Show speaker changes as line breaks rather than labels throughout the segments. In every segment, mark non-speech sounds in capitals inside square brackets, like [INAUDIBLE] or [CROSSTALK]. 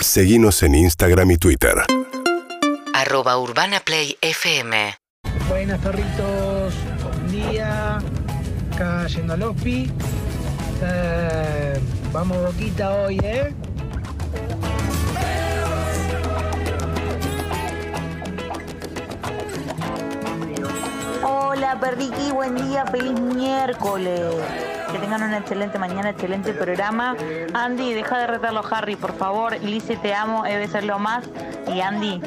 Seguimos en Instagram y Twitter.
Arroba Urbana Play FM.
Buenas perritos, buen día. Acá yendo al Ospi. Eh, vamos boquita hoy, ¿eh?
Hola, Perdiqui, buen día, feliz miércoles. Que tengan una excelente mañana, excelente programa. Andy, deja de retarlo, Harry, por favor. Lice, te amo, debe ser lo más. Y Andy,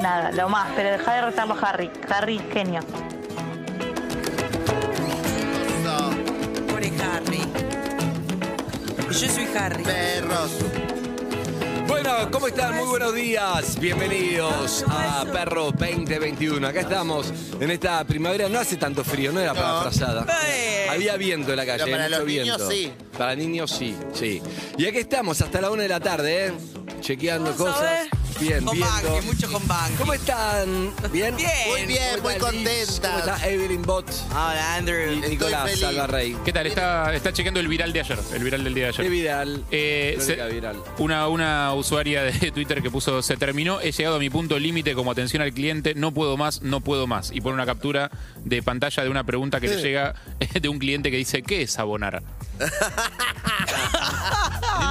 nada, lo más, pero deja de retarlo, Harry. Harry, genio.
Pobre Harry. Yo soy Harry.
Bueno, ¿cómo están? Muy buenos días. Bienvenidos a Perro 2021. Acá estamos en esta primavera. No hace tanto frío, no era para frazada.
Eh.
Había viento en la calle,
Pero para
mucho
los niños
viento.
sí.
Para niños sí, sí. Y aquí estamos hasta la una de la tarde, ¿eh? Chequeando
Vamos a
cosas.
ver.
Bien,
Con
bien.
Banque, mucho con Banque.
¿Cómo están? ¿Bien?
Bien.
Muy bien,
¿Cómo
muy
está Liz?
contenta.
¿Cómo está Evelyn Bot?
Ahora,
Y
Andrew.
Nicolás
feliz.
Salvarrey.
¿Qué tal? Está, está chequeando el viral de ayer, el viral del día de
Qué
ayer.
viral.
Eh, se-
Crónica viral.
una, una usuaria de [LAUGHS] Twitter que puso, se terminó, he llegado a mi punto límite como atención al cliente, no puedo más, no puedo más. Y pone una captura de pantalla de una pregunta que le llega eh, de un cliente que dice, ¿qué es abonar?
[LAUGHS]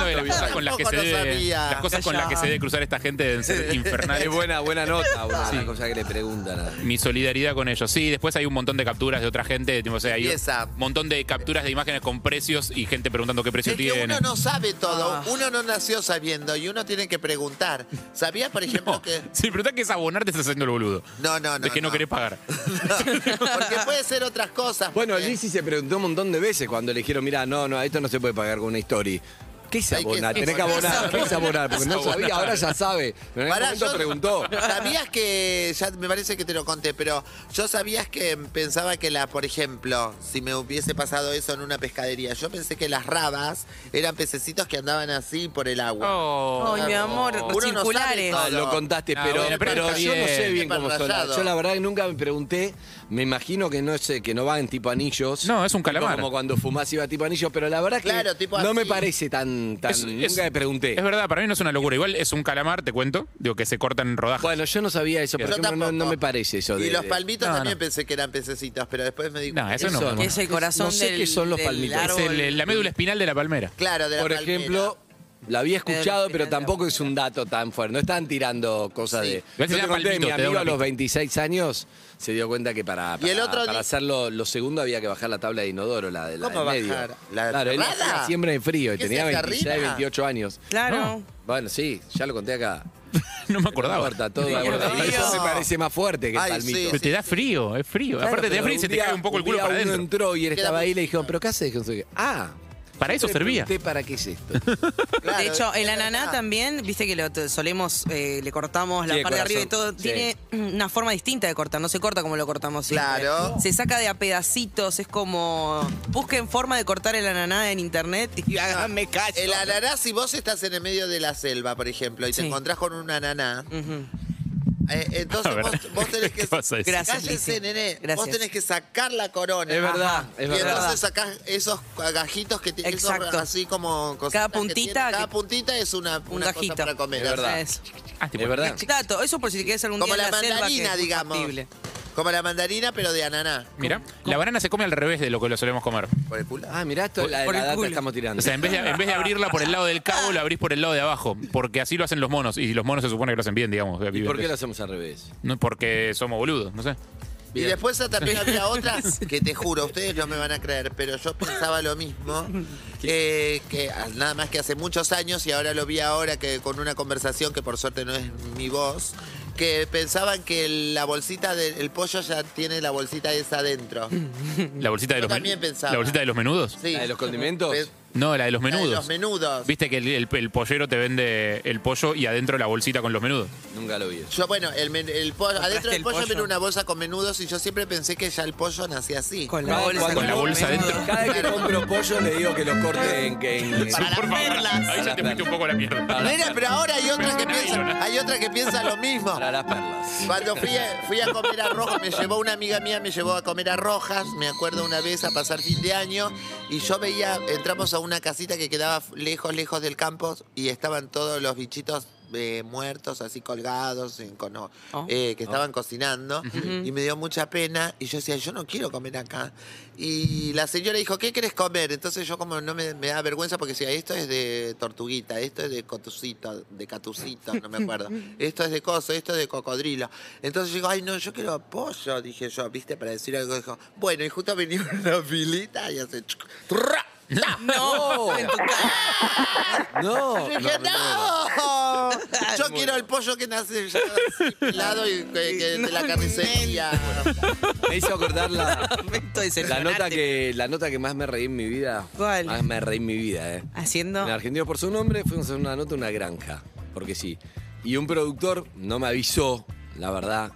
Lindo que las cosas con las que se
Tampoco lo
debe,
sabía.
las cosas con las que se debe cruzar esta gente deben ser
Es [LAUGHS]
infernales.
buena, buena nota, una de las cosas que le preguntan. a-
Mi solidaridad con ellos. Sí, después hay un montón de capturas de otra gente. tipo, o sea, hay
Empieza.
un montón de capturas de imágenes con precios y gente preguntando qué precio
Es que
tiene.
uno no sabe todo,
Ah.
uno no nació sabiendo y uno tiene que preguntar. ¿Sabías,
[LAUGHS]
[LAUGHS]
por ejemplo, que.? [LAUGHS]
Si preguntás que es abonar, te estás haciendo el boludo.
No, no, no.
de que no, querés pagar.
Porque puede ser otras cosas.
Bueno,
porque-
Lizzy se preguntó un montón de veces cuando le dijeron, mira, no, no, esto no se puede pagar con una story. ¿Qué es
Hay que-
abonar?
¿qué es
Tenés que abonar,
[LAUGHS] abonar?
¿qué es abonar? Porque no sabía, ahora ya sabe. Pero en algún momento
Pará, yo- [LAUGHS]
preguntó.
¿Sabías que, ya me parece que te lo conté, pero yo sabías que pensaba que la, por ejemplo, si me hubiese pasado eso en una pescadería, yo pensé que las rabas eran pececitos que andaban así por el agua.
Oh.
Ay, mi amor,
Uno no sabe
circulares.
todo.
Ah, lo contaste,
Ah,
pero,
bueno, pero
pero
está
yo no sé
bien.
bien cómo son. las-
Rayado.
Yo la verdad que nunca me pregunté, me imagino que no sé, que no van tipo anillos.
No, es un
Tipo
calamar.
Como cuando fumás iba tipo anillos, pero la verdad que
Claro, tipo
no
así.
me parece tan, tan
Es-
nunca
es-
me pregunté.
Es verdad, para mí no es una locura. Igual es un calamar, te cuento. Digo, que se cortan en rodajas.
Bueno, yo no sabía eso, por
Yo
ejemplo, no,
tampoco.
no me parece eso.
Y
de-
los
de-
palmitos
No,
también
no.
pensé que eran pececitos, pero después me di
No, eso
eso
no.
no.
no.
Que es el corazón
No sé
del-
qué son los
del
palmitos.
Es
árbol.
el- el- la médula espinal de la palmera.
Claro, de la
Por
palmera.
ejemplo, la había escuchado,
Pedro Pinar
pero
de la
tampoco es
Palmera.
un dato tan fuerte. No están tirando cosas
Sí.
de.
Igual se
Yo te
llama
conté,
Palmito,
mi
te da
amigo
una
a los
pista.
26 años se dio cuenta que para,
Y el
para-
otro
para
di-
hacerlo lo segundo había que bajar la tabla de inodoro, la de la
¿Cómo
del medio.
bajar? ¿La
claro, él
cerrada?
hacía siembra de frío y
¿Qué es
tenía
esa
26,
rima?
28 años.
Claro.
Bueno, sí, ya lo conté acá.
[LAUGHS] No me
No
acordaba.
importa, todo
Dios
acordado.
mío.
Eso me parece más fuerte que el
Ay,
palmito.
sí,
Pero te da frío, es frío. Aparte te da
Pero
frío y se te
día-
cae un poco el
un
culo
día
para
uno
adentro.
entró y él
Queda
estaba
muy-
ahí y le dijeron, ¿pero qué haces? Ah,
Para eso
le
servía.
pregunté, ¿Para qué es esto?
Claro,
de hecho, el
es
ananá
verdad.
también, viste que lo t- solemos, eh, le cortamos la
Sí, el
parte de arriba y todo,
corazón, sí.
tiene [CLEARS THROAT] una forma distinta de cortar, no se corta como lo cortamos siempre.
Claro.
Se saca de a pedacitos, es como, busquen forma de cortar el ananá en internet y háganme caso.
El ananá, si vos estás en el medio de la selva, por ejemplo, y te
Sí. Mm.
encontrás con un ananá,
Ujú.
eh, entonces
A ver,
vos, vos
[LAUGHS]
tenés que...
¿qué vas a decir?
Gracias,
Cállense,
Lizzy.
nene. Vos
Gracias.
tenés que sacar la corona.
Es verdad,
Ajá.
es
y
verdad.
entonces sacás esos gajitos que tienen
Exacto.
así como cositas
Cada
que
puntita
tiene. cada
que-
puntita es una, una
gajito.
cosa para comer.
Es
así.
verdad.
Eso.
Ah, tipo,
Es verdad.
Dato, eso por si quieres algún
Como
día
la
en la selva, que
mandarina,
es
digamos.
factible.
Como la mandarina, pero de ananá.
Mira, la banana se come al revés de lo que lo solemos comer.
Por el culo.
Ah, mirá, esto, la,
Por
la
el
data
culo.
estamos tirando.
O sea, en vez, de, en vez de abrirla por el lado del cabo, la abrís por el lado de abajo. Porque así lo hacen los monos. Y los monos se supone que lo hacen bien, digamos.
¿Y
viven
por
de
qué lo
eso.
hacemos al revés?
No, porque somos boludos, no sé.
Y después también había otras que te juro, ustedes no me van a creer, pero yo pensaba lo mismo, eh, que ah, nada más que hace muchos años y ahora lo vi ahora que con una conversación que por suerte no es mi voz, que pensaban que el- la bolsita del el pollo ya tiene la bolsita esa adentro.
La bolsita de
Yo
los men-
también pensaba.
¿La bolsita de los menudos?
Sí.
¿La de los condimentos?
Pe-
No, la de los
la de
menudos.
los menudos.
Viste que el, el- el pollero te vende el pollo y adentro la bolsita con los menudos.
Nunca lo vi.
Yo, bueno, el, men- el pollo, adentro del
el
pollo
pollo?
viene una bolsa con menudos y yo siempre pensé que ya el pollo nacía así.
Con la bolsa.
Con la bolsa dentro.
Cada vez que compro pollo le digo que lo corte en... que- en-
Para las perlas.
Ahí ya te fuiste un poco a la mierda.
Nena, pero ahora hay otra que
Menciona
piensa,
Iron.
hay otra que piensa lo mismo.
Para las perlas.
Cuando fui a, fui a comer a Rojas, me llevó una amiga mía, me llevó a comer a Rojas, me acuerdo una vez a pasar fin de año, y yo veía, entramos a una casita que quedaba f- lejos, lejos del campo y estaban todos los bichitos eh, muertos, así colgados, en cono-
Oh.
eh, que estaban cocinando. Y me dio mucha pena y yo decía, yo no quiero comer acá. Y la señora dijo, ¿qué querés comer? Entonces yo como no me, me da vergüenza porque decía, esto es de tortuguita, esto es de cotucito, de catucito, no me
[LAUGHS]
acuerdo. esto es de coso, esto es de cocodrilo. Entonces yo digo, ay no, yo quiero pollo, dije yo, viste, para decir algo. Dijo, bueno, y justo venía una filita y hace... chuc, ¡Tra! ¡Ta!
No,
En tu cara.
Oh, no.
Yo dije, ¡no!
[LAUGHS]
Yo quiero el pollo que nace ya así, pelado y que, que
[LAUGHS]
de la carnicería.
Me hizo acordar la,
Momento de
[LAUGHS] la
decepcionarte.
nota que, la nota que más me reí en mi vida.
¿Cuál?
Más me reí en mi vida, eh.
Haciendo.
En Argentinos por su nombre fuimos a hacer una nota a una granja, porque sí. Y un productor no me avisó, la verdad.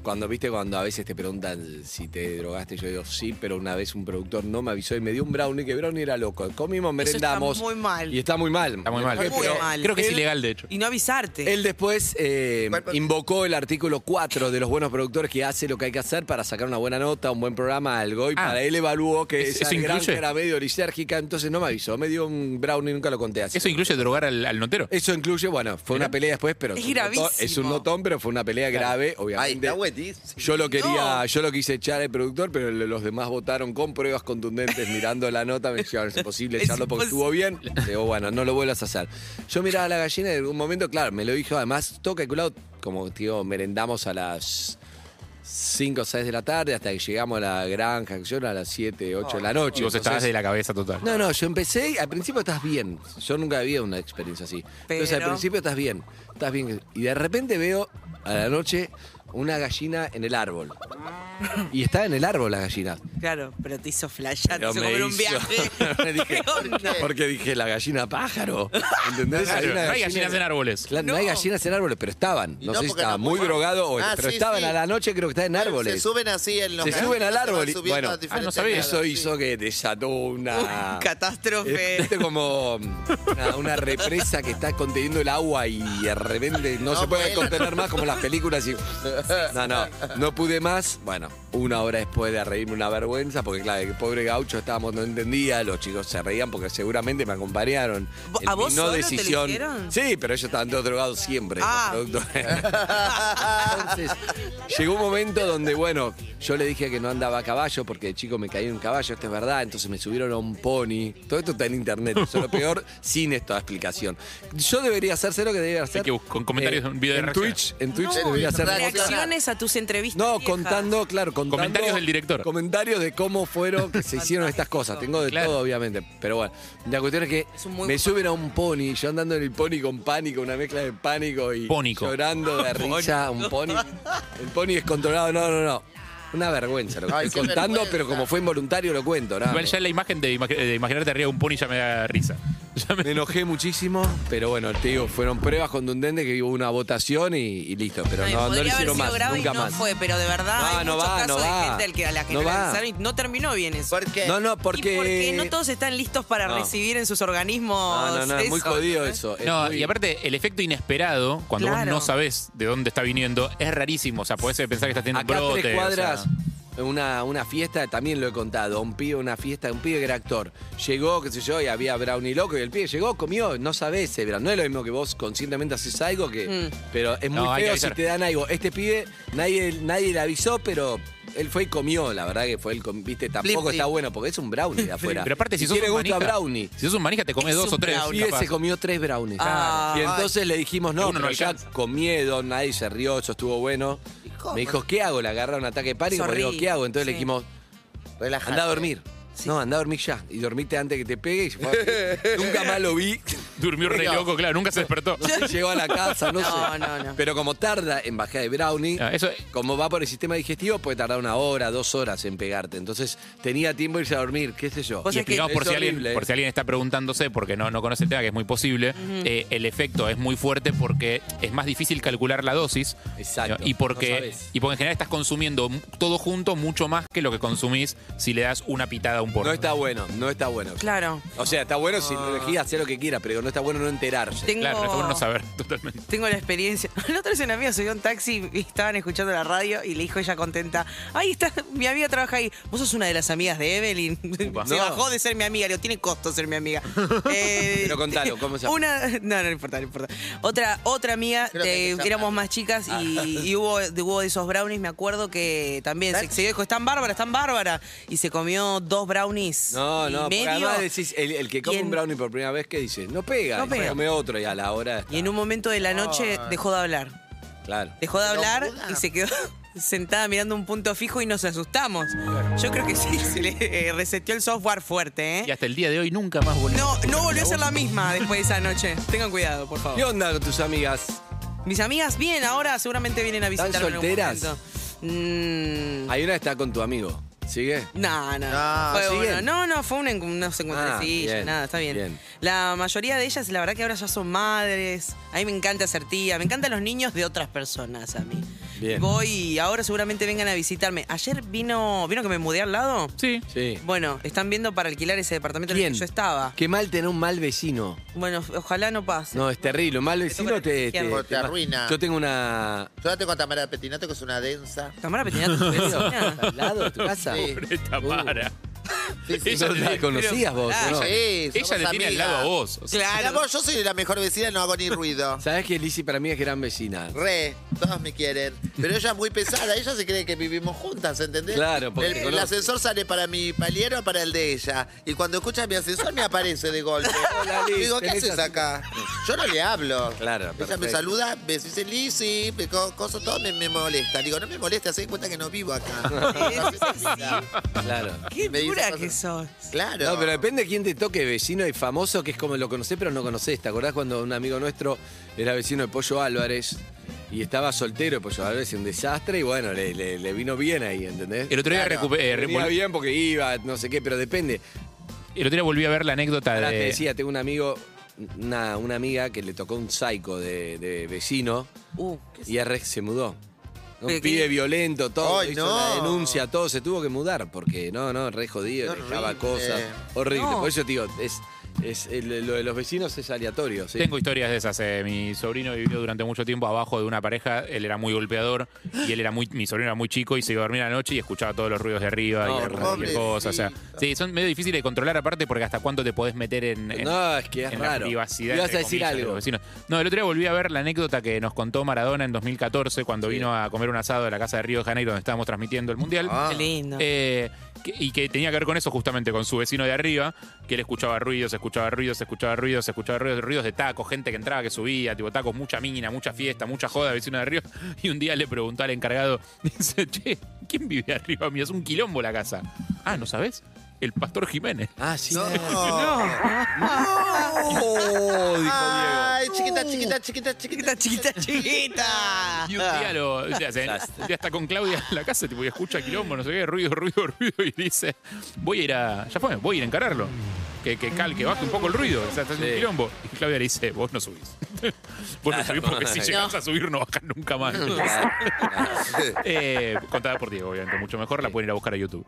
Cuando viste, cuando a veces te preguntan si te drogaste, yo digo sí, pero una vez un productor no me avisó y me dio un brownie, que brownie era loco. Comimos, merendamos.
muy mal.
Y está muy mal. Eh,
Está muy mal.
Muy
Pero
mal.
Creo que es
él-
ilegal, de hecho.
Y no avisarte.
Él después eh,
Cuerpo-
invocó el artículo 4 de los buenos productores que hace lo que hay que hacer para sacar una buena nota, un buen programa, algo. Y
Ah.
para él evaluó que
¿Es-
esa
eso
granja
incluye?
era medio lisérgica, entonces no me avisó. Me dio un brownie, nunca lo conté así.
Eso incluye drogar al, al notero.
Eso incluye, bueno, fue una pelea después, pero
Es
un notón-
gravísimo.
es un notón, pero fue una pelea grave,
Ay,
[LAUGHS] obviamente.
está buenísimo.
Yo lo quería, yo lo quise echar al productor, pero lo- los demás votaron con pruebas contundentes [LAUGHS] mirando la nota, me dijeron, es imposible
Es
echarlo porque estuvo bien. Digo, bueno, no lo vuelvas a hacer. Yo miraba a la gallina y en algún momento, claro, me lo dijo, además, todo calculado, como tío, merendamos a las 5 o 6 de la tarde hasta que llegamos a la granja, que yo era a las 7, 8 de la noche.
Y vos estabas
Entonces,
de la cabeza total.
no, no, yo empecé y al principio estás bien. Yo nunca había una experiencia así. Entonces al
Pero-
principio estás bien, estás bien. Y de repente veo a la noche una gallina en el árbol. Y estaba en el árbol la gallina.
Claro, pero te hizo flashear, te
Pero
hizo
me
comer un
hizo-
viaje. [LAUGHS]
[LAUGHS] me dije,
¿Qué onda?
Porque dije, la gallina pájaro. ¿Entendés?
Claro,
una
no hay gallinas en árboles.
Claro, no. hay gallinas en árboles, pero estaban.
Y
No,
no,
sé si
porque
estaba
no
muy
fuman.
drogado o
Ah,
pero
sí,
estaban
sí.
a la noche, creo que está en árboles.
Se suben así en los
Se suben al
se van
árbol y- bueno.
subiendo
Ah,
a
no
diferentes
sabía.
grados,
Eso
sí.
hizo que desató una.
Uy, catástrofe.
Eh, Viste como mm, una, una represa que está conteniendo el agua y de repente no,
No
se puede
vuela.
contener más como las películas y. No, no, no pude más. Bueno, una hora después de reírme una vergüenza, porque claro, el pobre gaucho estábamos, no entendía, los chicos se reían porque seguramente me acompañaron.
¿Vo-
en
a
mi
vos solo te lo hicieron?
Sí, pero ellos estaban todos drogados siempre. los
Ah.
productores. Entonces, Llegó un momento donde, bueno, yo le dije que no andaba a caballo porque de chico me caí en un caballo, esto es verdad, entonces me subieron a un pony. Todo esto está en internet, eso es lo peor sin esta explicación. Yo debería hacerse lo que debería hacer.
que buscar- con comentarios, un video de
en
reacción.
Twitch, en Twitch
No,
debería hacer
reacciones a tus entrevistas.
no,
viejas.
contando, claro, contando.
Comentarios del director.
Comentarios de cómo fueron, que se hicieron estas cosas. Tengo de
Claro.
todo, obviamente. Pero bueno, la cuestión es que
Es un muy
me
buen-
suben a un pony, yo andando en el pony con pánico, una mezcla de pánico y
Pónico.
llorando de risa, un pony. El pony descontrolado, no, no, no. Una vergüenza lo que
Ay,
estoy
qué
contando,
vergüenza.
pero como fue involuntario lo cuento, nada.
Igual ya la imagen de, imag- de imaginarte arriba de un pony ya me da risa. [LAUGHS] Ya me-
Me enojé muchísimo, pero bueno, te digo, fueron pruebas contundentes que hubo una votación y, y listo. Pero
Ay,
no, no
podría
lo
haber sido
hicieron más,
grave
nunca
y no
más.
fue, pero de verdad
No,
hay
no
muchos
va,
casos
no va.
de gente al que, a la que
No va.
realizaron y no terminó bien eso.
¿Por qué?
No, no, porque.
Y porque no todos están listos para
No.
recibir en sus organismos
No, no, no, es muy
eso,
jodido
¿eh?
eso. es
No,
muy-
y aparte, el efecto inesperado, cuando
Claro.
vos no sabés de dónde está viniendo, es rarísimo. O sea, podés pensar que estás teniendo un
acá
brote.
tres
o
cuadras,
sea.
una, una fiesta, también lo he contado, un pibe, una fiesta, un pibe que era actor. Llegó, qué sé yo, y había brownie loco, y el pibe llegó, comió, no sabés, eh, no es lo mismo que vos conscientemente haces algo que.
Mm.
Pero es muy
No, hay que
feo si
avisar.
te dan algo. Este pibe, nadie, nadie le avisó, pero. Él fue y comió, la verdad que fue el viste, tampoco
flip.
está bueno porque es un brownie de afuera.
[LAUGHS] Pero aparte, si
Y
sos
tiene
un
gusto
manija,
a brownie.
si sos un manija, te comes
Es
dos o
un
tres.
El
brownie.
pibe
capaz.
se comió tres brownies.
Ah.
y entonces le dijimos, no,
Uno no
pero ya
alcanza.
con miedo, nadie se rió, eso estuvo bueno. Me dijo, ¿qué hago? Le agarra un ataque de pánico,
Eso
le digo,
ríe,
¿qué hago? Entonces le
sí.
dijimos,
Relajate.
anda a dormir. No, anda a dormir ya. Y dormite antes que te pegue. Y se fue
[LAUGHS]
a- Nunca más lo vi.
Durmió re
Venga.
loco, claro, nunca se despertó.
Llegó a la casa, no,
No,
sé.
no, no.
Pero como tarda en bajar de brownie,
Ah, eso-
como va por el sistema digestivo, puede tardar una hora, dos horas en pegarte. Entonces tenía tiempo de irse a dormir, qué sé yo.
Vos sabés
Y
que-
explicamos por
Es
si, alguien,
horrible,
por
¿eh?
si alguien está preguntándose, porque no, no conoce el tema, que es muy posible, eh, el efecto es muy fuerte porque es más difícil calcular la dosis.
Exacto,
Y
no
porque,
sabés.
y porque en general estás consumiendo mu- todo junto mucho más que lo que consumís si le das una pitada a un un porno.
No está bueno, no está bueno.
Claro.
O sea, está bueno si elegís hacer lo que quieras, pero no está bueno no enterarse.
Ah. Tengo,
Claro, no está bueno no saber [LAUGHS] totalmente.
tengo la experiencia. [LAUGHS] La otra vez una amiga subió a un taxi y estaban escuchando la radio y le dijo ella contenta, ahí está, [LAUGHS] mi amiga trabaja ahí. Vos sos una de las amigas de Evelyn.
Upa.
[LAUGHS] Se
No.
bajó de ser mi amiga, le digo, tiene costo ser mi
[LAUGHS]
amiga. Eh,
Pero contalo, ¿cómo se llama?
Una, [LAUGHS] no, no importa, no importa. Otra, otra amiga,
Creo que
de-
se llama-
éramos más chicas
Ah.
[LAUGHS] y, y hubo, de, hubo de esos brownies, me acuerdo que también se excedió, dijo, están bárbara, están bárbara. Y se comió dos brownies.
No,
y
no, porque
medio.
además decís, el, el que come
Y en-
un brownie por primera vez, ¿qué dice? No pega,
No
y
pega.
come otro y a la hora.
Y en un momento de la noche dejó de hablar.
Claro.
Dejó de
Pero
hablar
muda.
y se quedó [LAUGHS] sentada mirando un punto fijo y nos asustamos. Yo creo que sí, [LAUGHS] se le eh, reseteó el software fuerte,
Y
¿eh?
hasta el día de hoy nunca más volvió.
No, no volvió a ser la misma después de esa noche. Tengan cuidado, por
¿Qué
favor.
onda con tus amigas?
Mis amigas, bien, ahora seguramente vienen a visitarme en algún
solteras?
momento. Mm,
Hay una que está con tu amigo. ¿Sigue?
no, no,
No,
fue
siguen.
uno. No, no, fue un, en- unos encuentrecillos,
Ah, bien,
nada, está bien.
bien.
La mayoría de ellas, la verdad que ahora ya son madres. A mí me encanta hacer tía, me encantan los niños de otras personas a mí.
Bien.
Voy y ahora seguramente vengan a visitarme. Ayer vino, ¿vieron que me mudé al lado?
Sí.
Sí.
Bueno, están viendo para alquilar ese departamento en
¿Quién?
el que yo estaba.
Qué mal tener un mal vecino.
Bueno, ojalá no pase.
No, es terrible. Un mal vecino te,
Te
arruina.
Yo tengo una.
Yo date con Tamara Petinato, que es una densa.
Tamara Petinato,
[LAUGHS]
¿tu vecina?
¿Al lado de tu casa?
Sí. Uh,
Uh.
Pobre Tamara.
Sí, sí.
Ella
¿No
te-
la conocías vos?
Ah,
¿no?
Sí, somos
Ella te tiene al
amigas.
lado a vos. o sea,
Mira, vos, yo soy la mejor vecina, no hago ni ruido.
Sabés que Lizzie para mí es gran vecina.
Re, todas me quieren. Pero ella es muy pesada, ella se cree que vivimos juntas, ¿entendés?
Claro, porque
el,
te
el
conoce.
ascensor sale para mi paliero o para el de ella. Y cuando escucha mi ascensor me aparece de golpe.
Hola, Liz,
Digo, ¿qué
tenés
haces
ascensor".
acá? Yo no le hablo.
Claro,
Ella
perfecto.
me saluda, me dice Lizzy, me co- coso, todo me, me molesta. Digo, no me molesta, se den cuenta que no vivo acá.
Claro.
Qué
Me dice
dura
cosas-
que sos.
Claro.
No, pero depende de quién te toque, vecino y famoso, que es como lo conocés, pero no conocés. ¿Te acordás cuando un amigo nuestro era vecino de Pollo Álvarez y estaba soltero? Pollo Álvarez un desastre y bueno, le, le- le vino bien ahí, ¿entendés?
El otro día Eh.
Claro,
recupe- eh,
Le venía
revol-
bien porque iba, no sé qué, pero depende.
El otro día volví a ver la anécdota
Ahora te
de.
decía, tengo un amigo, una, una amiga que le tocó un psycho de, de vecino
Uh,
y el resto se mudó. Un
Pero
pibe
qué-
violento, todo,
¡Ay,
hizo
no!
la denuncia, todo, se tuvo que mudar porque no, no, re jodido,
Qué
dejaba
horrible.
cosas. Horrible.
No.
Por eso, tío, es, es, el- lo de los vecinos es aleatorio. ¿sí?
Tengo historias de esas. eh. Mi sobrino vivió durante mucho tiempo abajo de una pareja. Él era muy golpeador y él era muy, mi sobrino era muy chico y se iba a dormir a la noche y escuchaba todos los ruidos de arriba
No,
y las cualquier cosa. O sea, sí, son medio difíciles de controlar aparte porque hasta cuánto te podés meter en, en-
no, es que es
en
raro.
la privacidad.
Ibas a
entre
decir
comillas, de
algo.
los vecinos. No, el otro día volví a ver la anécdota que nos contó Maradona en 2014 cuando
Sí.
vino a comer un asado de la casa de Río de Janeiro donde estábamos transmitiendo el mundial.
Ah.
qué lindo.
Eh, que- y que tenía que ver con eso justamente, con su vecino de arriba, que él escuchaba ruidos, escuchaba ruidos, escuchaba ruidos, escuchaba ruidos, ruidos de tacos, gente que entraba, que subía, tipo tacos, mucha mina, mucha fiesta, mucha joda, vecino de arriba. [LAUGHS] Y un día le preguntó al encargado, [LAUGHS] dice, che, ¿quién vive arriba mío? Es un quilombo la casa. Ah, ¿no sabes? El pastor Jiménez.
Ah, sí.
[LAUGHS] No.
[LAUGHS] Oh, dijo Diego.
Ay, chiquita, chiquita, chiquita, chiquita,
chiquita, chiquita, chiquita.
Y un día [LAUGHS] lo. o sea, se- un día está con Claudia en la casa, tipo, y escucha quilombo, no sé qué, ruido, ruido, ruido, y dice, voy a ir a. Ya fue, voy a ir a encararlo. Que, que cal, que baje un poco el ruido, o sea, está haciendo
Sí.
un quilombo. Y Claudia le dice, vos no subís. [LAUGHS] vos no [LAUGHS] subís porque si llegás a subir no bajás nunca más. Eh, contada por Diego, obviamente, mucho mejor, la pueden ir a buscar a YouTube.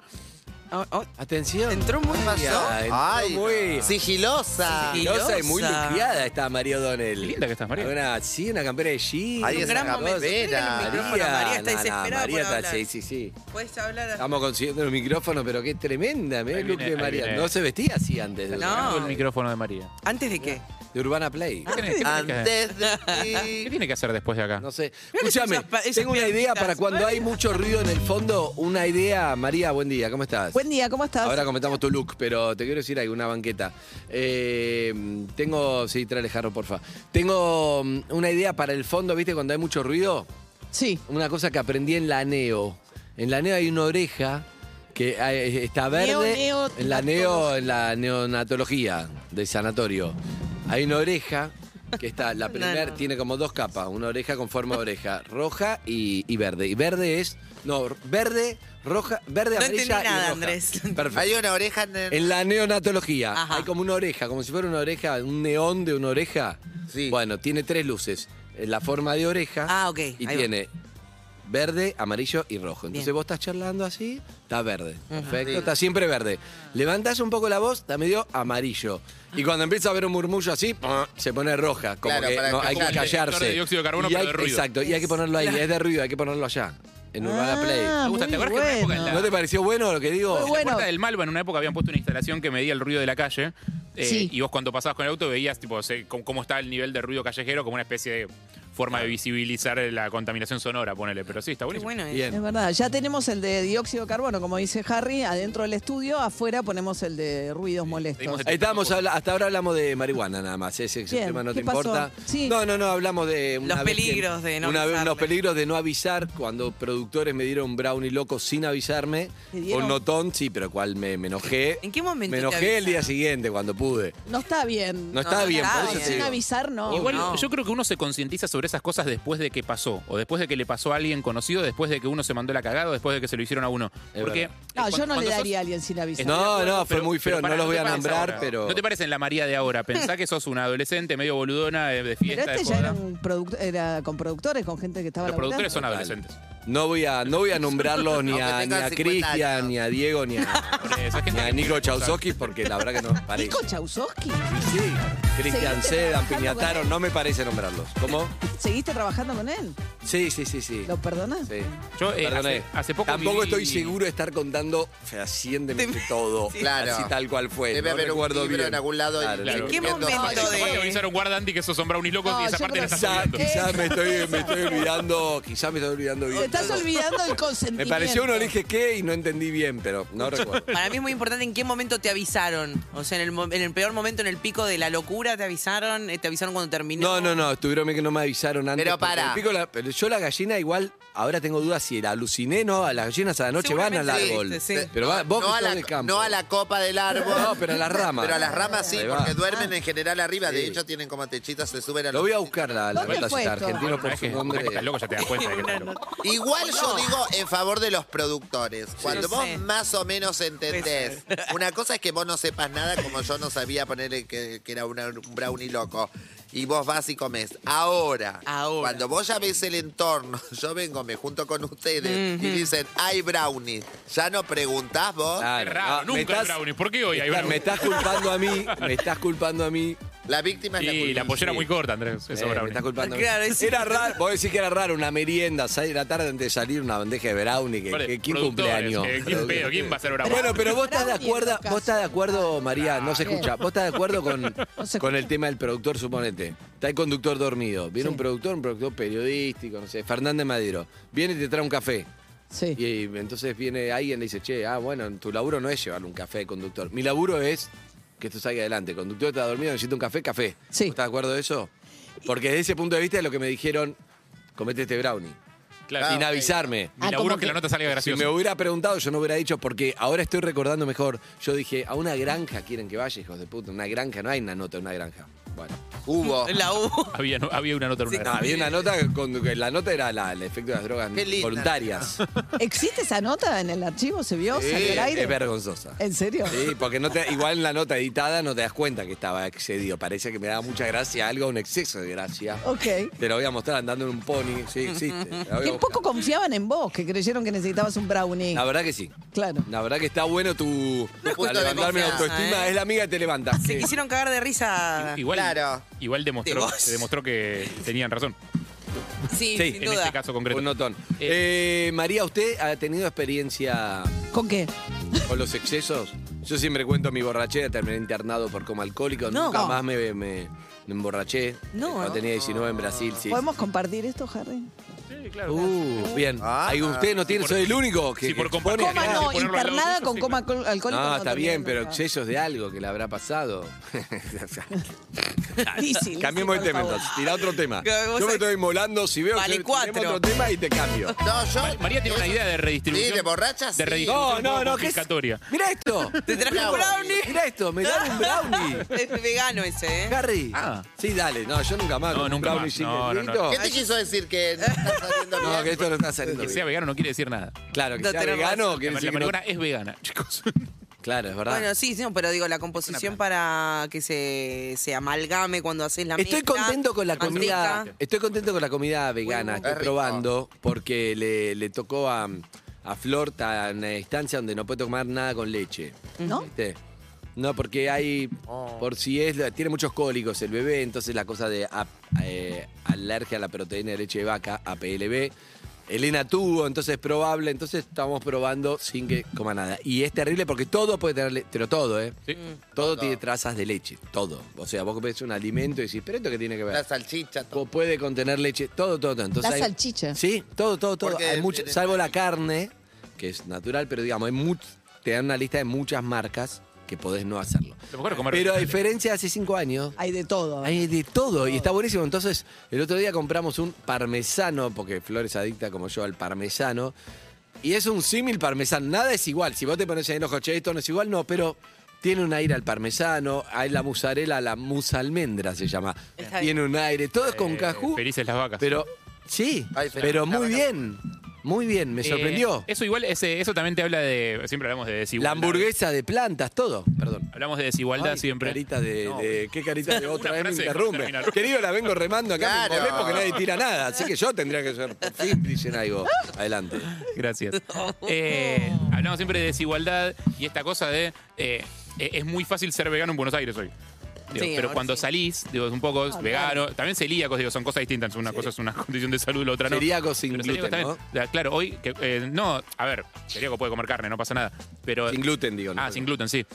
Oh, oh,
Atención.
Entró muy-
María, entró
Ay,
muy.
sigilosa.
Sí.
Sigilosa y muy
sigilosa.
lucriada está María O'Donnell.
Qué linda que estás, María.
Una, sí, una campera de jean.
Ahí
un
esa
gran momento.
campera,
Pégale el micrófono,
María,
María está
no, no,
desesperada
María
por
está-
hablar.
sí, sí, sí.
Puedes hablar a-
Estamos consiguiendo los micrófonos, pero qué tremenda, mirá
Ahí
el look
viene,
de
ahí
María.
viene.
No se vestía así antes de,
No.
El micrófono de María.
¿Antes de qué?
de Urbana Play.
Ah. ¿Qué tiene, qué tiene que, Ah. hacer?
Antes de
¿Qué tiene que hacer después de acá?
No sé.
que
Escúchame,
esas pa- esas
tengo una idea para
piernitas,
cuando
María.
hay mucho ruido en el fondo, una idea. María, buen día, ¿cómo estás?
Buen día, ¿cómo estás?
Ahora comentamos tu look, pero te quiero decir algo, una banqueta. Eh, tengo, sí, trae el jarro, porfa. Tengo mm, una idea para el fondo, ¿viste? Cuando hay mucho ruido,
Sí.
una cosa que aprendí en la NEO. En la NEO hay una oreja que eh, está verde.
Neo, neo,
en la NEO, en la neonatología de sanatorio. Hay una oreja que está, la
[LAUGHS]
primera
no.
tiene como dos capas, una oreja con forma de oreja, roja y, y verde. Y verde es, no, verde, roja, verde,
No
amarilla
entendí
y
nada,
roja.
Andrés.
Perfecto.
Hay una oreja en el...
En la neonatología
Ajá.
hay como una oreja, como si fuera una oreja, un neón de una oreja.
Sí.
Bueno, tiene tres luces. En La Eh, forma de oreja.
Ah, ok,
Y
ahí va.
tiene Verde, amarillo y rojo. Entonces
Bien.
vos estás charlando así, está verde. Perfecto, está siempre verde. Levantás un poco la voz, está medio amarillo. Y cuando empieza a haber un murmullo así, ¡pum! se pone roja. Como
Claro,
que
para
no,
que
hay que
como el
detector de
callarse.
dióxido de carbono,
Y
pero
hay-
de ruido.
Exacto, y hay que ponerlo ahí. Es de ruido, hay que ponerlo allá. En Urbana
Ah,
Play.
gusta, ¿te
muy
acuerdas que en una época en la-
¿No te pareció bueno lo que digo?
Muy
En la
bueno.
puerta del Malva en una época habían puesto una instalación que medía el ruido de la calle. eh,
Sí.
Y vos cuando pasabas con el auto veías tipo se- cómo, cómo estaba el nivel de ruido callejero como una especie de forma de visibilizar la contaminación sonora, ponele. Pero sí, está
Qué
buenísimo.
bueno es.
Bien.
Es verdad, ya tenemos el de dióxido de carbono, como dice Harry, adentro del estudio, afuera ponemos el de ruidos molestos.
pedimos
Ahí estábamos, habla- hasta ahora hablamos de marihuana nada más, ese, ese
Bien,
tema no te
¿qué pasó?
importa.
Sí.
No, no, no, hablamos de...
Los
vez que-
peligros de no
una vez-
avisarle.
Los peligros de no avisar, cuando productores me dieron brownie loco sin avisarme,
¿Te dieron?
un notón, sí, pero cual me, me enojé.
¿En qué momento
Me
te
enojé el día
avisaron?
siguiente cuando pude.
No está bien.
No está
no
bien,
está
por eso
bien.
te
Sin
digo.
avisar, no.
Igual
no.
yo creo que uno se concientiza sobre esas cosas después de que pasó, o después de que le pasó a alguien conocido, después de que uno se mandó la cagada, o después de que se lo hicieron a uno.
Es
Porque
verdad.
No,
cuan-
yo no le
cuando sos-
daría a alguien sin avisar.
No,
Estoy de acuerdo,
no, fue muy feo, no
pará,
los voy
te
a
parece
nombrar,
ahora.
pero-
No te parecen la María de ahora. Pensá que sos una adolescente medio boludona eh, de
Pero
fiesta.
este
de
ya
joda.
era, un product- era con productores, con gente que estaba
Los productores son
laburando.
adolescentes.
No voy a, no voy a nombrarlos ni
Aunque
a, ni
tengan
a
50 años.
Cristian, ni a Diego, ni a,
Por eso, es gente
ni a
que
Nico
tiene cosas.
Chausovsky, porque la verdad que no parece.
Nico Chausovsky,
Sí, Cristian
Seguiste
Sedan,
trabajando
Piñataro,
con él.
no me parece nombrarlos. ¿Cómo?
¿seguiste trabajando con él?
Sí, sí, sí, sí.
¿Lo perdonas?
Sí.
Yo, eh,
Perdoné.
hace- hace poco
Tampoco
viví-
estoy seguro de estar contando fehacientemente todo.
Claro.
Así tal cual fue.
Debe
no
haber un
recuerdo
libro
bien.
en algún lado.
Claro.
Claro.
¿En qué
escribiendo
momento
fallas.
Capaz
de-
te avisaron guardante que sos un brownie loco
No,
y esa
yo
parte
creo
la
que-
estás
Quizás
olvidando.
quizás me estoy, me estoy olvidando, quizás me estoy olvidando bien.
Te estás olvidando el
Me
consentimiento.
pareció uno, le dije qué y no entendí bien, pero no recuerdo.
Para mí es muy importante en qué momento te avisaron. O sea, en el, mo- en el peor momento, en el pico de la locura, te avisaron, eh, te avisaron cuando terminó.
No, no, no, estuvieron bien que no me avisaron antes.
Pero
porque
pará.
el pico la- pero yo la gallina igual, ahora tengo dudas si la aluciné, no, a las gallinas a la noche van al
Seguramente sí,
árbol.
sí.
Pero va- vos
no,
que
a
sos
la,
del campo.
no a la copa del árbol.
No, pero a las ramas.
Pero Ah. a las ramas sí,
Ahí va.
porque duermen en general arriba. De
Sí.
hecho, tienen como techitas, se suben a
Lo
los
voy a buscar la, la
¿Dónde
nota,
fue
si está,
esto?
argentino
Una
por
vez
su
Ah, que-
nombre.
una vez que estás loco ya te das cuenta de que estás loco.
Igual yo digo en favor de los productores. Cuando
Yo
vos
sé.
más o menos entendés, una cosa es que vos no sepas nada, como yo no sabía ponerle que, que era una- un brownie loco. Y vos vas y comés. Ahora,
Ahora.
cuando vos ya ves el entorno, [LAUGHS] yo vengo, me junto con ustedes y dicen, hay brownie. Ya no preguntás vos.
Claro,
Qué raro, nunca
me
hay brownies. ¿Por qué hoy hay
me
brownies?
estás culpando a mí, me estás culpando a
[LAUGHS]
mí.
La víctima es la
Y la
culpable.
pollera muy corta, Andrés. Eso,
eh, me
brownie.
estás culpando a mí.
Claro, es-
Era raro, vos decís que era raro una merienda, 6 de la tarde antes de salir una bandeja de brownie, que,
Vale,
que- ¿quién
productores,
cumpleaños?
que- ¿Quién pedo? ¿Quién va a ser brownie?
Bueno, pero vos estás de
Brownie
acuerdo,
en tu
vos estás de
casa.
acuerdo, María, no se escucha. Vos estás de
[LAUGHS]
acuerdo con,
se
con el tema del productor, suponete. Está el conductor dormido. Viene un productor, un productor periodístico, no sé, Fernández Madero. Viene y te trae un café.
Sí.
Y, y entonces viene alguien y le dice, che, ah, bueno, tu laburo no es llevarle un café al conductor. Mi laburo es que esto salga adelante. El conductor está dormido, necesita un café, café.
Sí.
¿Vos ¿Estás de acuerdo de eso? Porque desde ese punto de vista es lo que me dijeron, comete este brownie.
Claro.
Sin avisarme.
Mi
Ah,
laburo
como
es que
que-
la nota salga
Si me
graciosa.
hubiera preguntado, yo no hubiera dicho, porque ahora estoy recordando mejor. Yo dije, a una granja quieren que vaya, hijos de puta. Una granja, no hay una nota, en una granja. Bueno.
[LAUGHS]
Hubo.
La hubo.
Había, no- había una nota. en una
No, había una nota, con, que la nota era la, el efecto de las drogas
Qué linda.
voluntarias.
¿Existe esa nota en el archivo? ¿Se vio?
Sí,
¿Salió al aire?
es vergonzosa.
¿En serio?
Sí, porque no te, igual en la nota editada no te das cuenta que estaba excedido. Parece que me daba mucha gracia algo, un exceso de gracia.
Ok.
Te lo voy a mostrar andando en un pony. Sí,
[LAUGHS]
existe. La voy a
Que poco
buscar.
confiaban en vos, que creyeron que necesitabas un brownie.
La verdad que sí.
Claro.
La verdad que está bueno tu.
punto
Para
de
levantarme la
confianza,
autoestima,
¿eh?
es la amiga que te levanta.
Se
Sí.
quisieron cagar de risa.
Igual,
Claro.
igual demostró,
Sí, vos.
se demostró que tenían razón.
Sí,
Sí,
sin
En
duda.
este caso concreto.
Un notón. Eh, María, ¿usted ha tenido experiencia
¿Con qué?
con los excesos? Yo siempre cuento mi borrachera, terminé internado por coma alcohólico.
No.
Nunca más me, me- me emborraché. Eh,
No.
Cuando tenía 19 en Brasil, sí.
¿Podemos compartir esto, Harry?
Uh, bien.
Ah.
Ahí usted no tiene,
Si por-
soy el único que.
si por
que expone
compartir-
acá.
Coma no,
ponerlo al lado
internada
tuyo,
con
sí,
coma alcohol- alcohólico.
No, está bien,
también,
pero
no.
excesos de algo que le habrá pasado. [LAUGHS]
Lizzy,
Cambiemos de
Lizzy,
tema
por
entonces. Tira otro tema.
Que vos
Yo me
sabés-
estoy molando. Si veo
Vale
que
cuatro.
tenemos otro tema y te cambio.
No, yo.
María tiene una idea de redistribución.
Sí, de borrachas.
De Oh,
sí.
No,
redistribución.
no, no. ¿qué es?
Confiscatoria.
Mirá esto.
Te traje un brownie.
Mirá esto, me dan un brownie.
Es vegano ese, ¿eh?
Harry.
Ah.
Sí, dale. No, yo nunca más.
No,
Un
nunca
brownie
más.
sin
No, no,
el
no.
grito.
¿Qué te quiso decir que no está saliendo
[LAUGHS]
bien?
No, que esto no está saliendo
Que sea
bien.
vegano no quiere decir nada.
Claro, que
No
sea
tenés
vegano
razón.
quiere
la
decir [LAUGHS]
la
que no-
marihuana es vegana, chicos.
Claro, es verdad.
Bueno, sí, sí, no, pero digo, la composición para que se, se amalgame cuando haces la
Estoy
mezcla,
contento con la
más
comida.
rica.
Estoy contento con la comida vegana. Estoy
Es rico.
probando porque le, le tocó a, a Flor ta- una instancia donde no puede tomar nada con leche.
¿No?
¿Viste? No, porque hay, por si es, tiene muchos cólicos el bebé, entonces la cosa de ap- eh, alergia a la proteína de leche de vaca, APLB. Elena tuvo, entonces es probable, entonces estamos probando sin que coma nada. Y es terrible porque todo puede tener, le- pero todo, ¿eh?
[LAUGHS] Sí.
Todo tiene trazas de leche, todo. O sea, vos ves un alimento y decís, ¿pero esto qué tiene que ver?
La salchicha,
O
todo.
puede contener leche, todo, todo, todo. Entonces
La
hay-
salchicha.
Sí, todo, todo, todo.
Porque
Hay mucho-
en- en-
salvo la carne, que es natural, pero digamos, hay much- te dan una lista de muchas marcas que podés no hacerlo.
Lo mejor es comer eh,
Pero a
vegetales.
diferencia de hace cinco años,
Hay de todo.
hay de todo y está buenísimo. Entonces, el otro día compramos un parmesano, porque Flor es adicta como yo al parmesano. Y es un símil parmesano, nada es igual. Si vos te pones en el ojo, che, esto no es igual, no, pero tiene un aire al parmesano, hay la musarela, la musalmendra se llama.
Está bien.
Tiene un aire, todo es con
Eh,
cajú.
felices las vacas.
Pero, sí,
Ay, feliz
pero
la
muy
vaca.
bien, muy bien, me
Eh,
sorprendió.
eso igual, ese- eso también te habla de. Siempre hablamos de
La
desigualdad.
hamburguesa de plantas, todo, perdón.
Hablamos de desigualdad
Ay,
siempre.
Carita de,
No.
de- ¿Qué carita de otra
[LAUGHS]
vez
Una
me
frase
interrumpe?
terminal.
Querido, la vengo remando acá
Claro.
me colé porque nadie tira nada. Así que yo tendría que ser. Por fin dicen algo. Adelante.
Gracias.
[LAUGHS]
Eh, hablamos siempre de desigualdad y esta cosa de. eh, e- es muy fácil ser vegano en Buenos Aires hoy. Digo,
Sí,
pero
ahora
cuando
sí. Ah,
salís, digo, es un poco vegano. También celíacos, digo, son cosas distintas. Una cosa es una [LAUGHS] condición de salud, la otra no.
Celíacos sin
Pero
gluten,
también.
¿no?
Ya, Claro, hoy. que, eh, no, a ver, celíaco puede comer carne, no pasa nada. Pero,
Sin gluten, digo. ¿no?
Ah, sin gluten, sí.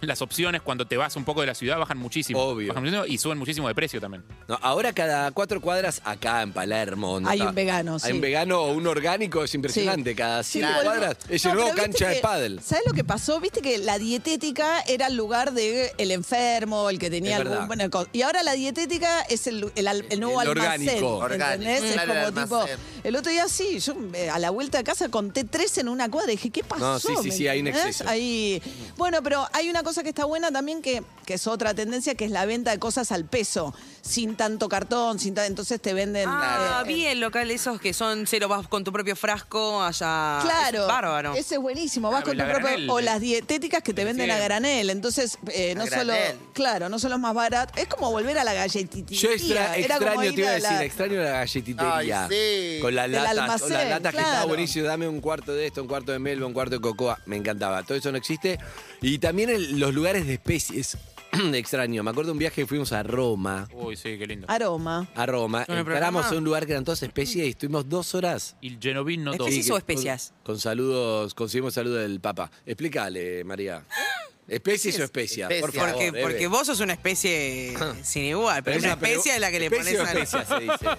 Las opciones cuando te vas un poco de la ciudad bajan muchísimo.
Obvio.
Bajan muchísimo y suben muchísimo de precio también.
No, ahora cada cuatro cuadras acá en Palermo. ¿no?
Hay
Está-
un vegano,
Hay
sí.
un vegano o un orgánico, es impresionante. Cada cinco
bueno,
cuadras es
no,
el nuevo
pero viste
cancha de
que-
pádel.
¿Sabes lo que pasó? Viste que la dietética era el lugar del enfermo, el que tenía
Es
algún.
verdad.
Bueno, co- y ahora la dietética es el, el al- el nuevo
El
almacén.
orgánico.
Orgánico,
¿entendés?
claro,
es
el
como tipo.
almacén.
El otro día sí, yo eh, a la vuelta de casa conté tres en una cuadra. Y dije, ¿qué pasó?
No, sí, sí,
¿Me
sí, hay un
entendés?
exceso.
Hay- Bueno, pero hay una cosa que está buena también, que, que es otra tendencia, que es la venta de cosas al peso, sin tanto cartón, sin ta- Entonces te venden.
Ah,
eh,
vi el local esos que son cero, vas con tu propio frasco allá.
Claro.
Es bárbaro.
Ese es buenísimo. Vas
Claro, Ah,
con
la
tu propio.
granel. eh.
O las dietéticas que te
Sí.
venden a granel. Entonces, eh,
A
no solo.
granel.
Claro, no solo es más barato. Es como volver a la galletita.
Yo extra- extraño, te iba a decir, extraño la galletitería.
Ay, sí.
Con las
Del
latas,
almacén,
con las latas que estaba
claro.
buenísimo. Dame un cuarto de esto, un cuarto de melva, un cuarto de cocoa. Me encantaba. Todo eso no existe. Y también el- los lugares de especies. [CLEARS THROAT] extraño. Me acuerdo un viaje que fuimos a Roma.
Uy, sí, qué
Ah,
lindo.
Aroma.
A Roma.
¿Con el
Entramos
programa?
a un lugar que eran todas especies y estuvimos dos horas.
Y el genovino
Es
todo.
que sí
Sí,
o
que-
especias?
Con, con saludos, conseguimos saludos del Papa. Explícale, María.
¿Eh?
¿Especies o especias? Por
Especias.
favor,
Porque,
Eve.
porque vos sos una
[LAUGHS]
especie sin igual, pero es una
pero-
especie de la que le
especie
pones
o
a
especias,
[LAUGHS]
se dice.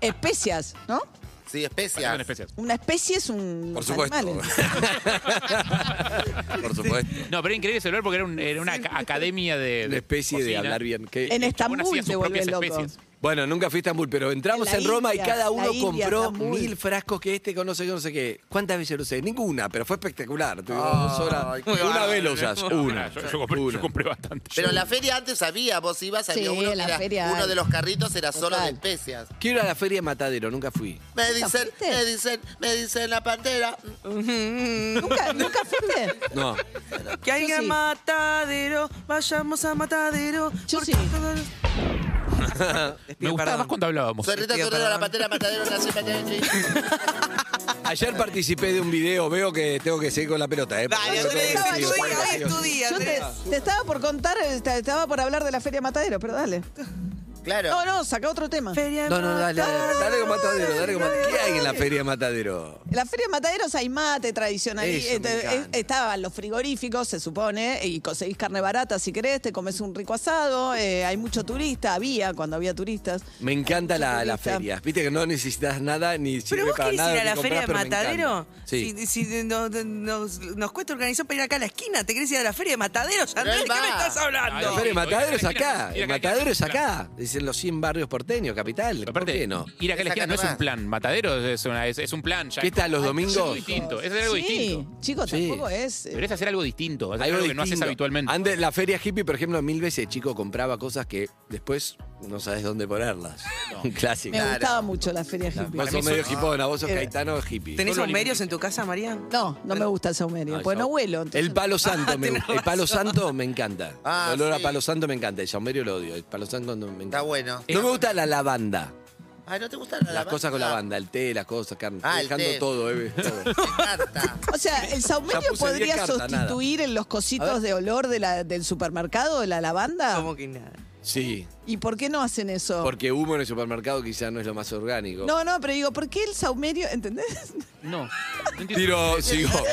Especias, ¿no?
Sí,
Son
especias.
especias.
Una especie es un.
Por supuesto.
animales.
[LAUGHS] Por supuesto.
No, pero era increíble ese lugar porque era, un- era una ca- academia de.
Una especie de
cocina.
hablar bien. que-
En
Chabón
Estambul
hacía sus
te vuelves
propias
loco.
especies.
Bueno, nunca fui a Estambul, pero entramos
En la
en Roma
India,
y cada
la
uno
India,
compró
Estambul.
mil frascos que este con no sé qué, no sé qué. ¿Cuántas veces lo usé? Ninguna, pero fue espectacular. Tuvimos dos horas.
qué
Una
bárbaro.
vez lo usás.
No,
Una.
Ah, yo, yo compré, yo
Una.
compré bastante.
Pero en la feria antes había, vos ibas, había
Sí,
uno, que
la
era-
feria
uno
hay.
de los carritos era solo de
Total.
especias.
Quiero ir a la feria de Matadero, nunca fui.
Me dicen,
fuiste?
me dicen, me dicen la pantera.
¿Nunca,
[LAUGHS]
¿Nunca fuiste?
No.
Que hay
Yo
a
sí.
matadero, vayamos a matadero.
Yo
porque
sí.
todos- Les
Me
pido
gustaba
perdón.
más cuando hablábamos.
Soy Rita
Pido
Torero, la
perdón.
pantera, matadero, la cepa de
Ayer participé de un video, veo que tengo que seguir con la pelota, ¿eh?
Dale,
Porque
Andrés,
yo tengo que
hoy es tu
seguir,
día, hoy es tu
sí,
día,
Yo te,
Andrés.
te estaba por contar, eh, te- estaba por hablar de la Feria Matadero, pero dale.
Claro.
No, no, saca otro tema.
Feria
sí. No, no, dale, dale, dale con Matadero, dale con Matadero. ¿Qué hay en la
Matadero.
feria de Matadero?
En la feria de mataderos hay mate tradicional. este,
Eso me encanta.
estaban los frigoríficos, se supone, y conseguís carne barata si querés, te comes un rico asado, eh, hay mucho turista, había cuando había turistas.
Me encanta la, la
turista.
feria. Viste que no necesitas nada ni sirve
¿Pero vos
para
querés ir
nada.
a
lo
la
que
feria de
comprás, pero me
Matadero?
encanta. Sí.
Si, si no- no- nos, nos cuesta organizar para ir acá a la esquina, ¿te querés ir a la feria de Matadero?
Pero
Andrés,
él
¿qué
va.
me estás
Ah,
La
hablando?
feria de Matadero es
Mira, mira,
acá.
mira,
El
mira,
Matadero es
mira.
acá. Dicen los 100 barrios porteños, capital. ¿Por
Aparte,
qué no?
ir acá a la esquina no es un
Sacate
plan. Matadero es, una- es- es un plan. ya
¿Qué
es-
tal los
es algo
domingos?
distinto. Es algo
sí,
distinto.
chicos,
Sí.
tampoco es. eh,
Pero es hacer algo distinto. Es algo,
Algo
que no haces
distinto.
habitualmente.
Antes, la feria hippie, por ejemplo, mil veces chico compraba cosas que después no sabes dónde ponerlas. [LAUGHS] Un clásico.
Me gustaba mucho la feria hippie.
Vos sos medio hipona, vos sos
Eh,
caetano hippie.
¿Tenés aumerios en tu casa, María?
No, no me gusta el saumerio,
Ah,
pues
yo-
no huelo. entonces
El
[LAUGHS]
palo santo me
tenés
gusta. El palo santo me encanta.
Ah,
el olor
sí.
a palo santo me encanta. El saumerio lo odio. El palo santo no me encanta.
Está bueno.
No me gusta la lavanda.
Ah, ¿no te gusta la
Eh, Las cosas con lavanda, el té, las cosas, carne. Estoy
Ah, el
dejando
té.
todo, eh, todo.
[LAUGHS] Carta.
O sea, el
Ya
saumerio
puse
podría
10 cartas, nada.
sustituir en los
A
cositos
ver.
de olor de la- del supermercado, de la lavanda.
Como que nada.
Sí,
¿Y por qué no hacen eso?
porque humo en el supermercado quizás no es lo más orgánico.
No, no, pero digo, ¿por qué el saumerio? ¿Entendés?
No. no entiendo.
Tiro, sigo, sigo.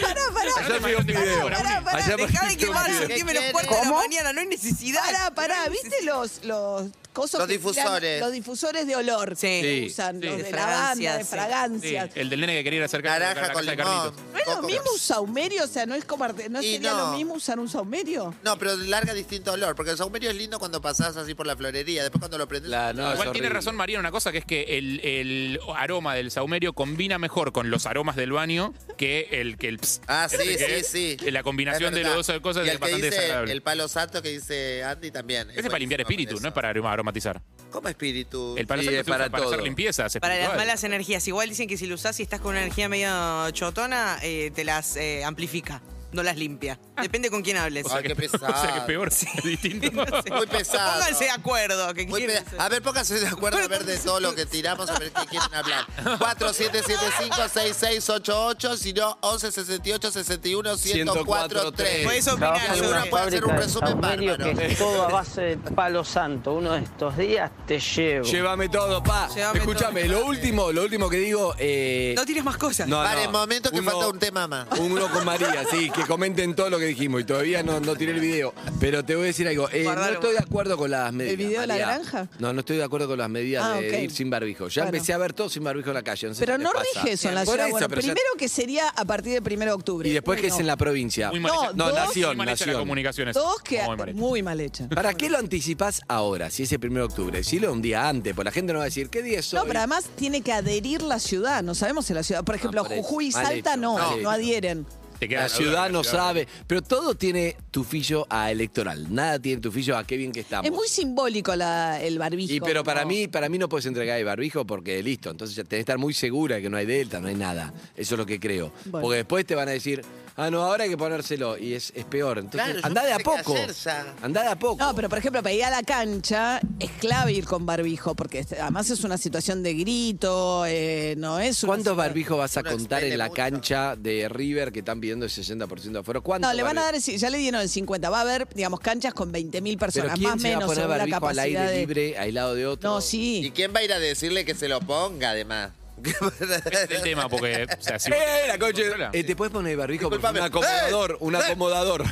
Pará, pará.
Ayer vi un video.
[LAUGHS] pará, pará.
Ayer
Dejá de
vi un
quemar,
video.
septiembre los
¿Qué
puertos de la
¿Cómo?
mañana, no hay necesidad.
Pará, pará, ¿viste los, los cosos
Los
que tiran-
difusores.
los difusores de olor
Sí.
que
Sí,
usan,
sí.
los de,
De
lavanda, de
fragancias, sí.
Sí,
fragancias.
el del nene que quería ir a hacer carne, la
Naranja
casa
con
de
limón.
Carlitos.
¿No es lo
Coco.
mismo un saumerio? O sea, ¿no es comarte, no
Y
sería lo
no.
mismo usar un saumerio?
No, pero larga distinto olor, porque el saumerio es lindo cuando pasás así por la florería, después cuando lo prendes.
La- no, es
Igual tiene
horrible.
razón María en una cosa, que es que el, el aroma del saumerio combina mejor con los aromas del baño que el que el pss.
Ah, sí,
Ese que-
sí, sí.
la combinación
Es
de las
verdad.
dos cosas
Y
es
el que
bastante
dice
desagradable.
El palo santo que dice Andy también.
Ese es para limpiar
buenísimo
espíritu,
con
no es
eso.
para aroma- aromatizar.
¿Cómo espíritu?
El palo
Sí,
santo
es
se usa
para
para hacer
todo.
limpiezas
Para las
espirituales.
malas energías. Igual dicen que si lo usás y estás con una energía medio chotona, eh, te las eh, amplifica, no las limpia.
Ah.
Depende con quién hables.
O sea, Ay,
[LAUGHS]
qué pesado.
[LAUGHS] O sea que es peor, es [LAUGHS]
[LAUGHS]
distinto.
Muy pesado.
Pónganse de acuerdo. Que
Muy
quieren
pe-
hacer.
A ver, pónganse de acuerdo a ver de todo lo que tiramos, a ver qué quieren
[LAUGHS]
hablar. 4775-6688, si no,
104.3.
1168-61-1043.
Podés opinar
Hay
sobre-
una puede hacer un resumen bárbaro.
todo a base de palo santo. Uno de estos días te llevo.
Llévame todo, pa.
Llévame
Escúchame,
todo.
lo último, lo último que digo. Eh,
No tires más cosas.
no,
Para
no.
el momento que
Uno-
falta un
[LAUGHS]
tema más.
Uno con María, sí, que comenten todo lo que dijimos y todavía no, no tiré el video. Pero te voy a decir algo. eh, no
Guardalo.
estoy de acuerdo con las medidas.
video de la
María.
granja?
No, no estoy de acuerdo con las medidas
Ah,
de
ok.
ir sin barbijo. Ya
Bueno.
empecé a ver todo sin barbijo en la calle. No sé
Pero
qué
no
pasa.
rige eso en la
Por
ciudad.
eso,
Bueno,
pero ya-
primero que sería a partir del 1 de octubre.
Y después que es
Uno.
en la provincia.
Muy mal
No,
hecha-
dos-
muy
Nación,
mal hecha la
Nación.
comunicación esa.
Dos que
Muy mal hecha.
muy mal hecha.
[LAUGHS] ¿Para qué lo anticipás ahora, si es el 1 de octubre? Decilo un día antes, pues la gente no va a decir, ¿qué día es hoy?
No, pero además tiene que adherir la ciudad. No sabemos si la ciudad. Por ejemplo,
por eso.
Jujuy y
Mal
Salta
hecho,
no,
mal
no,
hecho.
adhieren.
Te queda
La
duda,
ciudad no
ciudad.
sabe, pero todo tiene tufillo a electoral, nada tiene tufillo a qué bien que estamos.
Es muy simbólico la- el barbijo.
y pero para
No.
mí, para mí no puedes entregar el barbijo porque listo, entonces ya tenés que estar muy segura de que no hay delta, no hay nada. Eso es lo que creo.
Bueno.
Porque después te van a decir, ah, no, ahora hay que ponérselo y es, es peor. Entonces,
Claro, yo
andá de a
no sé qué
poco.
hacer ya.
Andá de a poco.
No, pero por ejemplo, para ir a la cancha es clave ir con barbijo, porque es- además es una situación de grito, eh, no es una
¿Cuántos
situa-
barbijos vas a
Uno
contar en
expele
la
mucho.
cancha de River que están pidiendo el 60% de aforo? ¿Cuántos
No, le van a
barbi-
dar, sí, ya le dieron el 50, va a haber, digamos, canchas con 20.000
Pero
personas,
¿quién
más o
se va a
menos,
poner
según la
barbijo al
capacidad
aire
de-
libre, aislado de otro?
No,
¿Y
sí.
quién va a ir a decirle que se lo ponga, además?
Ese es
[LAUGHS]
el tema, porque. O sea,
[LAUGHS]
si
¡Eh, la concha!
Controla.
Eh, te puedes poner el barbijo por un
Disculpame.
acomodador, un acomodador.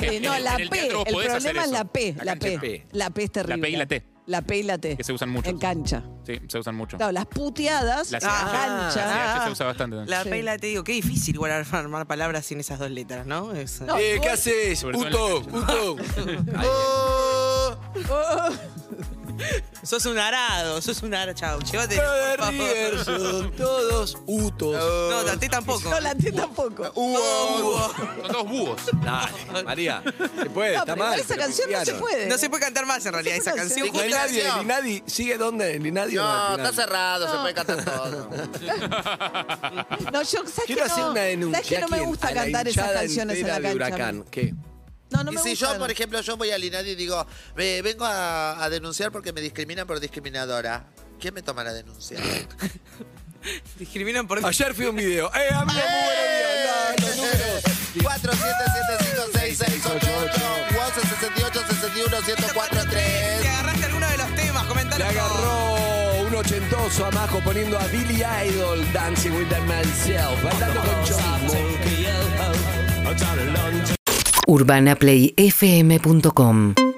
Eh, no,
en
la
el
P,
teatro vos
el
podés hacer
problema es
eso.
la P, [LAUGHS]
La
la
cancha
P,
es
Eh,
P.
la P es terrible.
La P y la T.
La P y la T.
Que se usan mucho.
En cancha.
Sí, se usan mucho.
Claro, las puteadas,
Las
en
CH.
cancha.
La CH se usa bastante.
La
Sí.
regla te digo, qué difícil guardar armar palabras sin esas dos letras, ¿no? Es-
No.
Eh, ¿Qué haces?
Sobre todo en la
Uto,
[LAUGHS]
Uto. Oh.
Sos un arado, sos un arado. Chau, llévate.
De
por favor.
River son todos Utos.
No, Dante tampoco.
No, la T tampoco.
Oh,
Son dos búhos.
Dale, María, se puede,
No,
está
pero igual
mal.
esa
pero
canción no se
confiaron.
puede.
No se puede cantar más en realidad esa canción.
No hay
justo-
nadie, ni nadie. ¿Sigue dónde? Ni nadie. va al
No,
final.
está cerrado, se puede
[LAUGHS]
cantar todo.
No, yo ¿sabes
Quiero
que no?
hacer una denuncia.
¿Sabes que no
¿A
me
quién?
gusta
A la
cantar esas
hinchada
canciones en
entera
la cancha?
de Huracán. ¿Qué?
No, no
Y
me
si
gustan.
yo, por ejemplo, yo voy al INADI y digo, "Me vengo a, a denunciar porque me discriminan por discriminadora. ¿Quién me toma la denuncia?
Discriminan por.
Ayer fui a un video. ¡Eh, amigo, muy
¡Eh!
buenos días! No, los números.
47756688
Si agarraste alguno de los temas,
Le
comentalo.
agarró un ochentoso a Majo poniendo a Billy Idol Dancing with the Myself, bailando con yo mismo.
urbanaplayfm.com